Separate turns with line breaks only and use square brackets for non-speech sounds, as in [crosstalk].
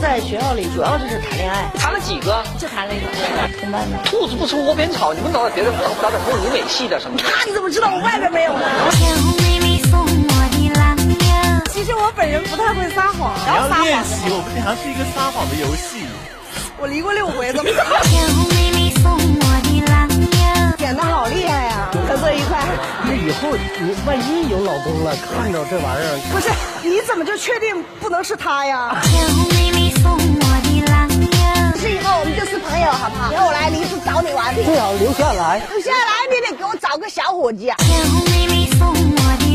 在学校里主要就是谈恋爱，
谈了几个？
就谈了一个同班的。
兔子不吃窝边草，你们找点别的，找点欧美系的什么的。
那你怎么知道我外边没有呢？
甜妹妹送我的郎呀，
其实我本人不太会撒谎，啊然
要
后撒
练
谎，
习，我们平常是一个撒谎的游戏。
我离过六回，怎么
甜妹妹送我的郎呀，
演的好厉害 [laughs] 呀、合作愉快。
那以后你万一有老公了，看着这玩意儿，
不是，你怎么就确定不能是他呀？
甜妹妹送我的郎呀，
是以后我们就是朋友，好不好？以后我来临时找你玩，
最好留下来。
留下来你得给我找个小伙计啊。
甜妹妹送我的